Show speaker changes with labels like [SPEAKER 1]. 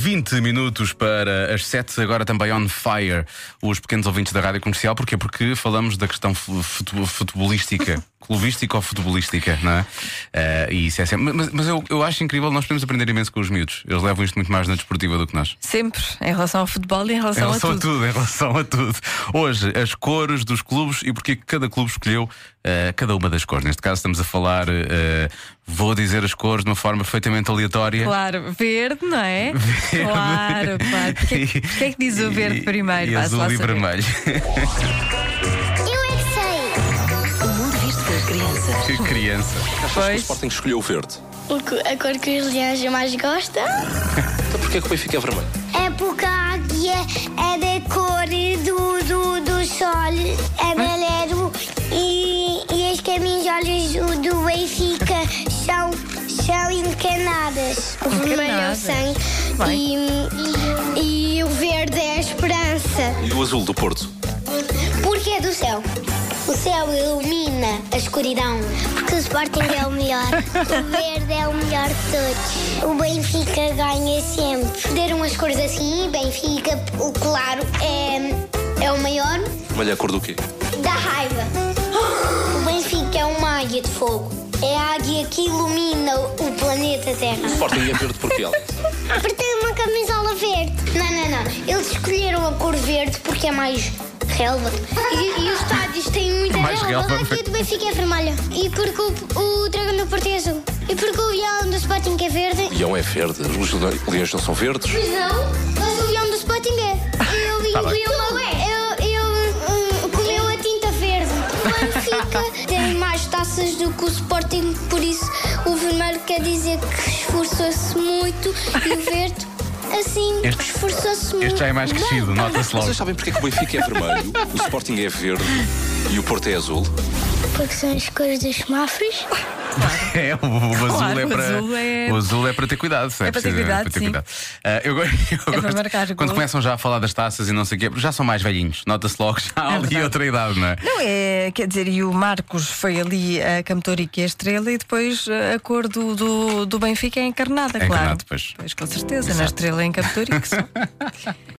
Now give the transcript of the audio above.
[SPEAKER 1] 20 minutos para as 7, agora também on fire os pequenos ouvintes da rádio comercial. Porquê? Porque falamos da questão fu- futu- futebolística, clubística ou futebolística, não é? Eh, e isso é sempre. Mas, mas eu, eu acho incrível, nós podemos aprender imenso com os miúdos. Eles levam isto muito mais na desportiva do que nós.
[SPEAKER 2] Sempre, em relação ao futebol e em relação,
[SPEAKER 1] em relação
[SPEAKER 2] a
[SPEAKER 1] a
[SPEAKER 2] tudo.
[SPEAKER 1] tudo. em relação a tudo. Hoje, as cores dos clubes e porque é que cada clube escolheu eh, cada uma das cores. Neste caso, estamos a falar, eh, vou dizer as cores de uma forma perfeitamente aleatória.
[SPEAKER 2] Claro, verde, não é? Claro, claro. Porquê, porquê é que diz o verde
[SPEAKER 1] E-
[SPEAKER 2] primeiro?
[SPEAKER 1] E
[SPEAKER 2] Vá-se lá
[SPEAKER 1] azul e
[SPEAKER 2] saber.
[SPEAKER 1] vermelho.
[SPEAKER 3] Eu é que sei!
[SPEAKER 4] O mundo visto pelas crianças.
[SPEAKER 1] que criança.
[SPEAKER 5] Acho que o
[SPEAKER 2] Pois.
[SPEAKER 5] Sporting escolheu o verde.
[SPEAKER 3] Porque a cor que os leões mais gostam
[SPEAKER 5] Então porquê que o Benfica é vermelho?
[SPEAKER 3] é porque a águia é da cor do, do, do sol amarelo e, e as camisolas do, do Benfica são, são encanadas. O vermelho é o
[SPEAKER 2] Encanadas.
[SPEAKER 3] sangue
[SPEAKER 2] Bem.
[SPEAKER 3] e, e o verde é a esperança.
[SPEAKER 5] E o azul do Porto?
[SPEAKER 3] Porque é do céu. O céu ilumina a escuridão. Porque o Sporting é o melhor. o verde é o melhor de todos. O Benfica ganha sempre. Deram as cores assim, Benfica, o claro, é, é o maior
[SPEAKER 5] Vermelho é a cor do quê?
[SPEAKER 3] da raiva. O Benfica é uma águia de fogo. É a águia que ilumina o planeta Terra.
[SPEAKER 5] O Sporting é verde porque ela.
[SPEAKER 3] Porque tem uma camisola verde. Não, não, não. Eles escolheram a cor verde porque é mais relevant. E, e os estádios têm muita
[SPEAKER 1] Mais relva.
[SPEAKER 3] relva. A do Benfica é vermelha. E porque o, o dragão do Porto é azul. E porque o leão do Sporting é verde.
[SPEAKER 5] O leão é verde, os le- leões não são verdes.
[SPEAKER 3] Pois não, mas o leão do Sporting é. Eu
[SPEAKER 1] Tá
[SPEAKER 3] vi o leão. Eu, eu, hum, comeu a tinta verde. O Benfica tem mais taças do que o Sporting, por isso o vermelho quer dizer que esforçou-se muito e o verde. Assim,
[SPEAKER 1] Este-
[SPEAKER 3] esforçou-se muito.
[SPEAKER 1] Este já é mais crescido,
[SPEAKER 3] Bem,
[SPEAKER 1] nota-se logo.
[SPEAKER 5] Vocês sabem porquê que o Benfica é vermelho, o Sporting é verde e o Porto é azul?
[SPEAKER 3] Porque são as cores dos semáforos.
[SPEAKER 1] É, o, o azul
[SPEAKER 2] Claro,
[SPEAKER 1] é
[SPEAKER 2] o
[SPEAKER 1] para.
[SPEAKER 2] azul é-
[SPEAKER 1] o azul é para ter cuidado,
[SPEAKER 2] É para ter
[SPEAKER 1] precisamente
[SPEAKER 2] cuidado, sim. É
[SPEAKER 1] Ah, eu go- eu
[SPEAKER 2] para
[SPEAKER 1] gosto-
[SPEAKER 2] marcar gol.
[SPEAKER 1] Quando começam já a falar das taças e não sei o quê, já são mais velhinhos. Nota-se logo, já há ali
[SPEAKER 2] verdade.
[SPEAKER 1] outra idade, não é?
[SPEAKER 2] Não é, quer dizer, e o Marcos foi ali a Camtori que é a estrela e depois eh, a cor do, do, do Benfica é encarnada,
[SPEAKER 1] É
[SPEAKER 2] claro.
[SPEAKER 1] encarnado, pois.
[SPEAKER 2] Pois, com certeza, na estrela é em Camtori que só.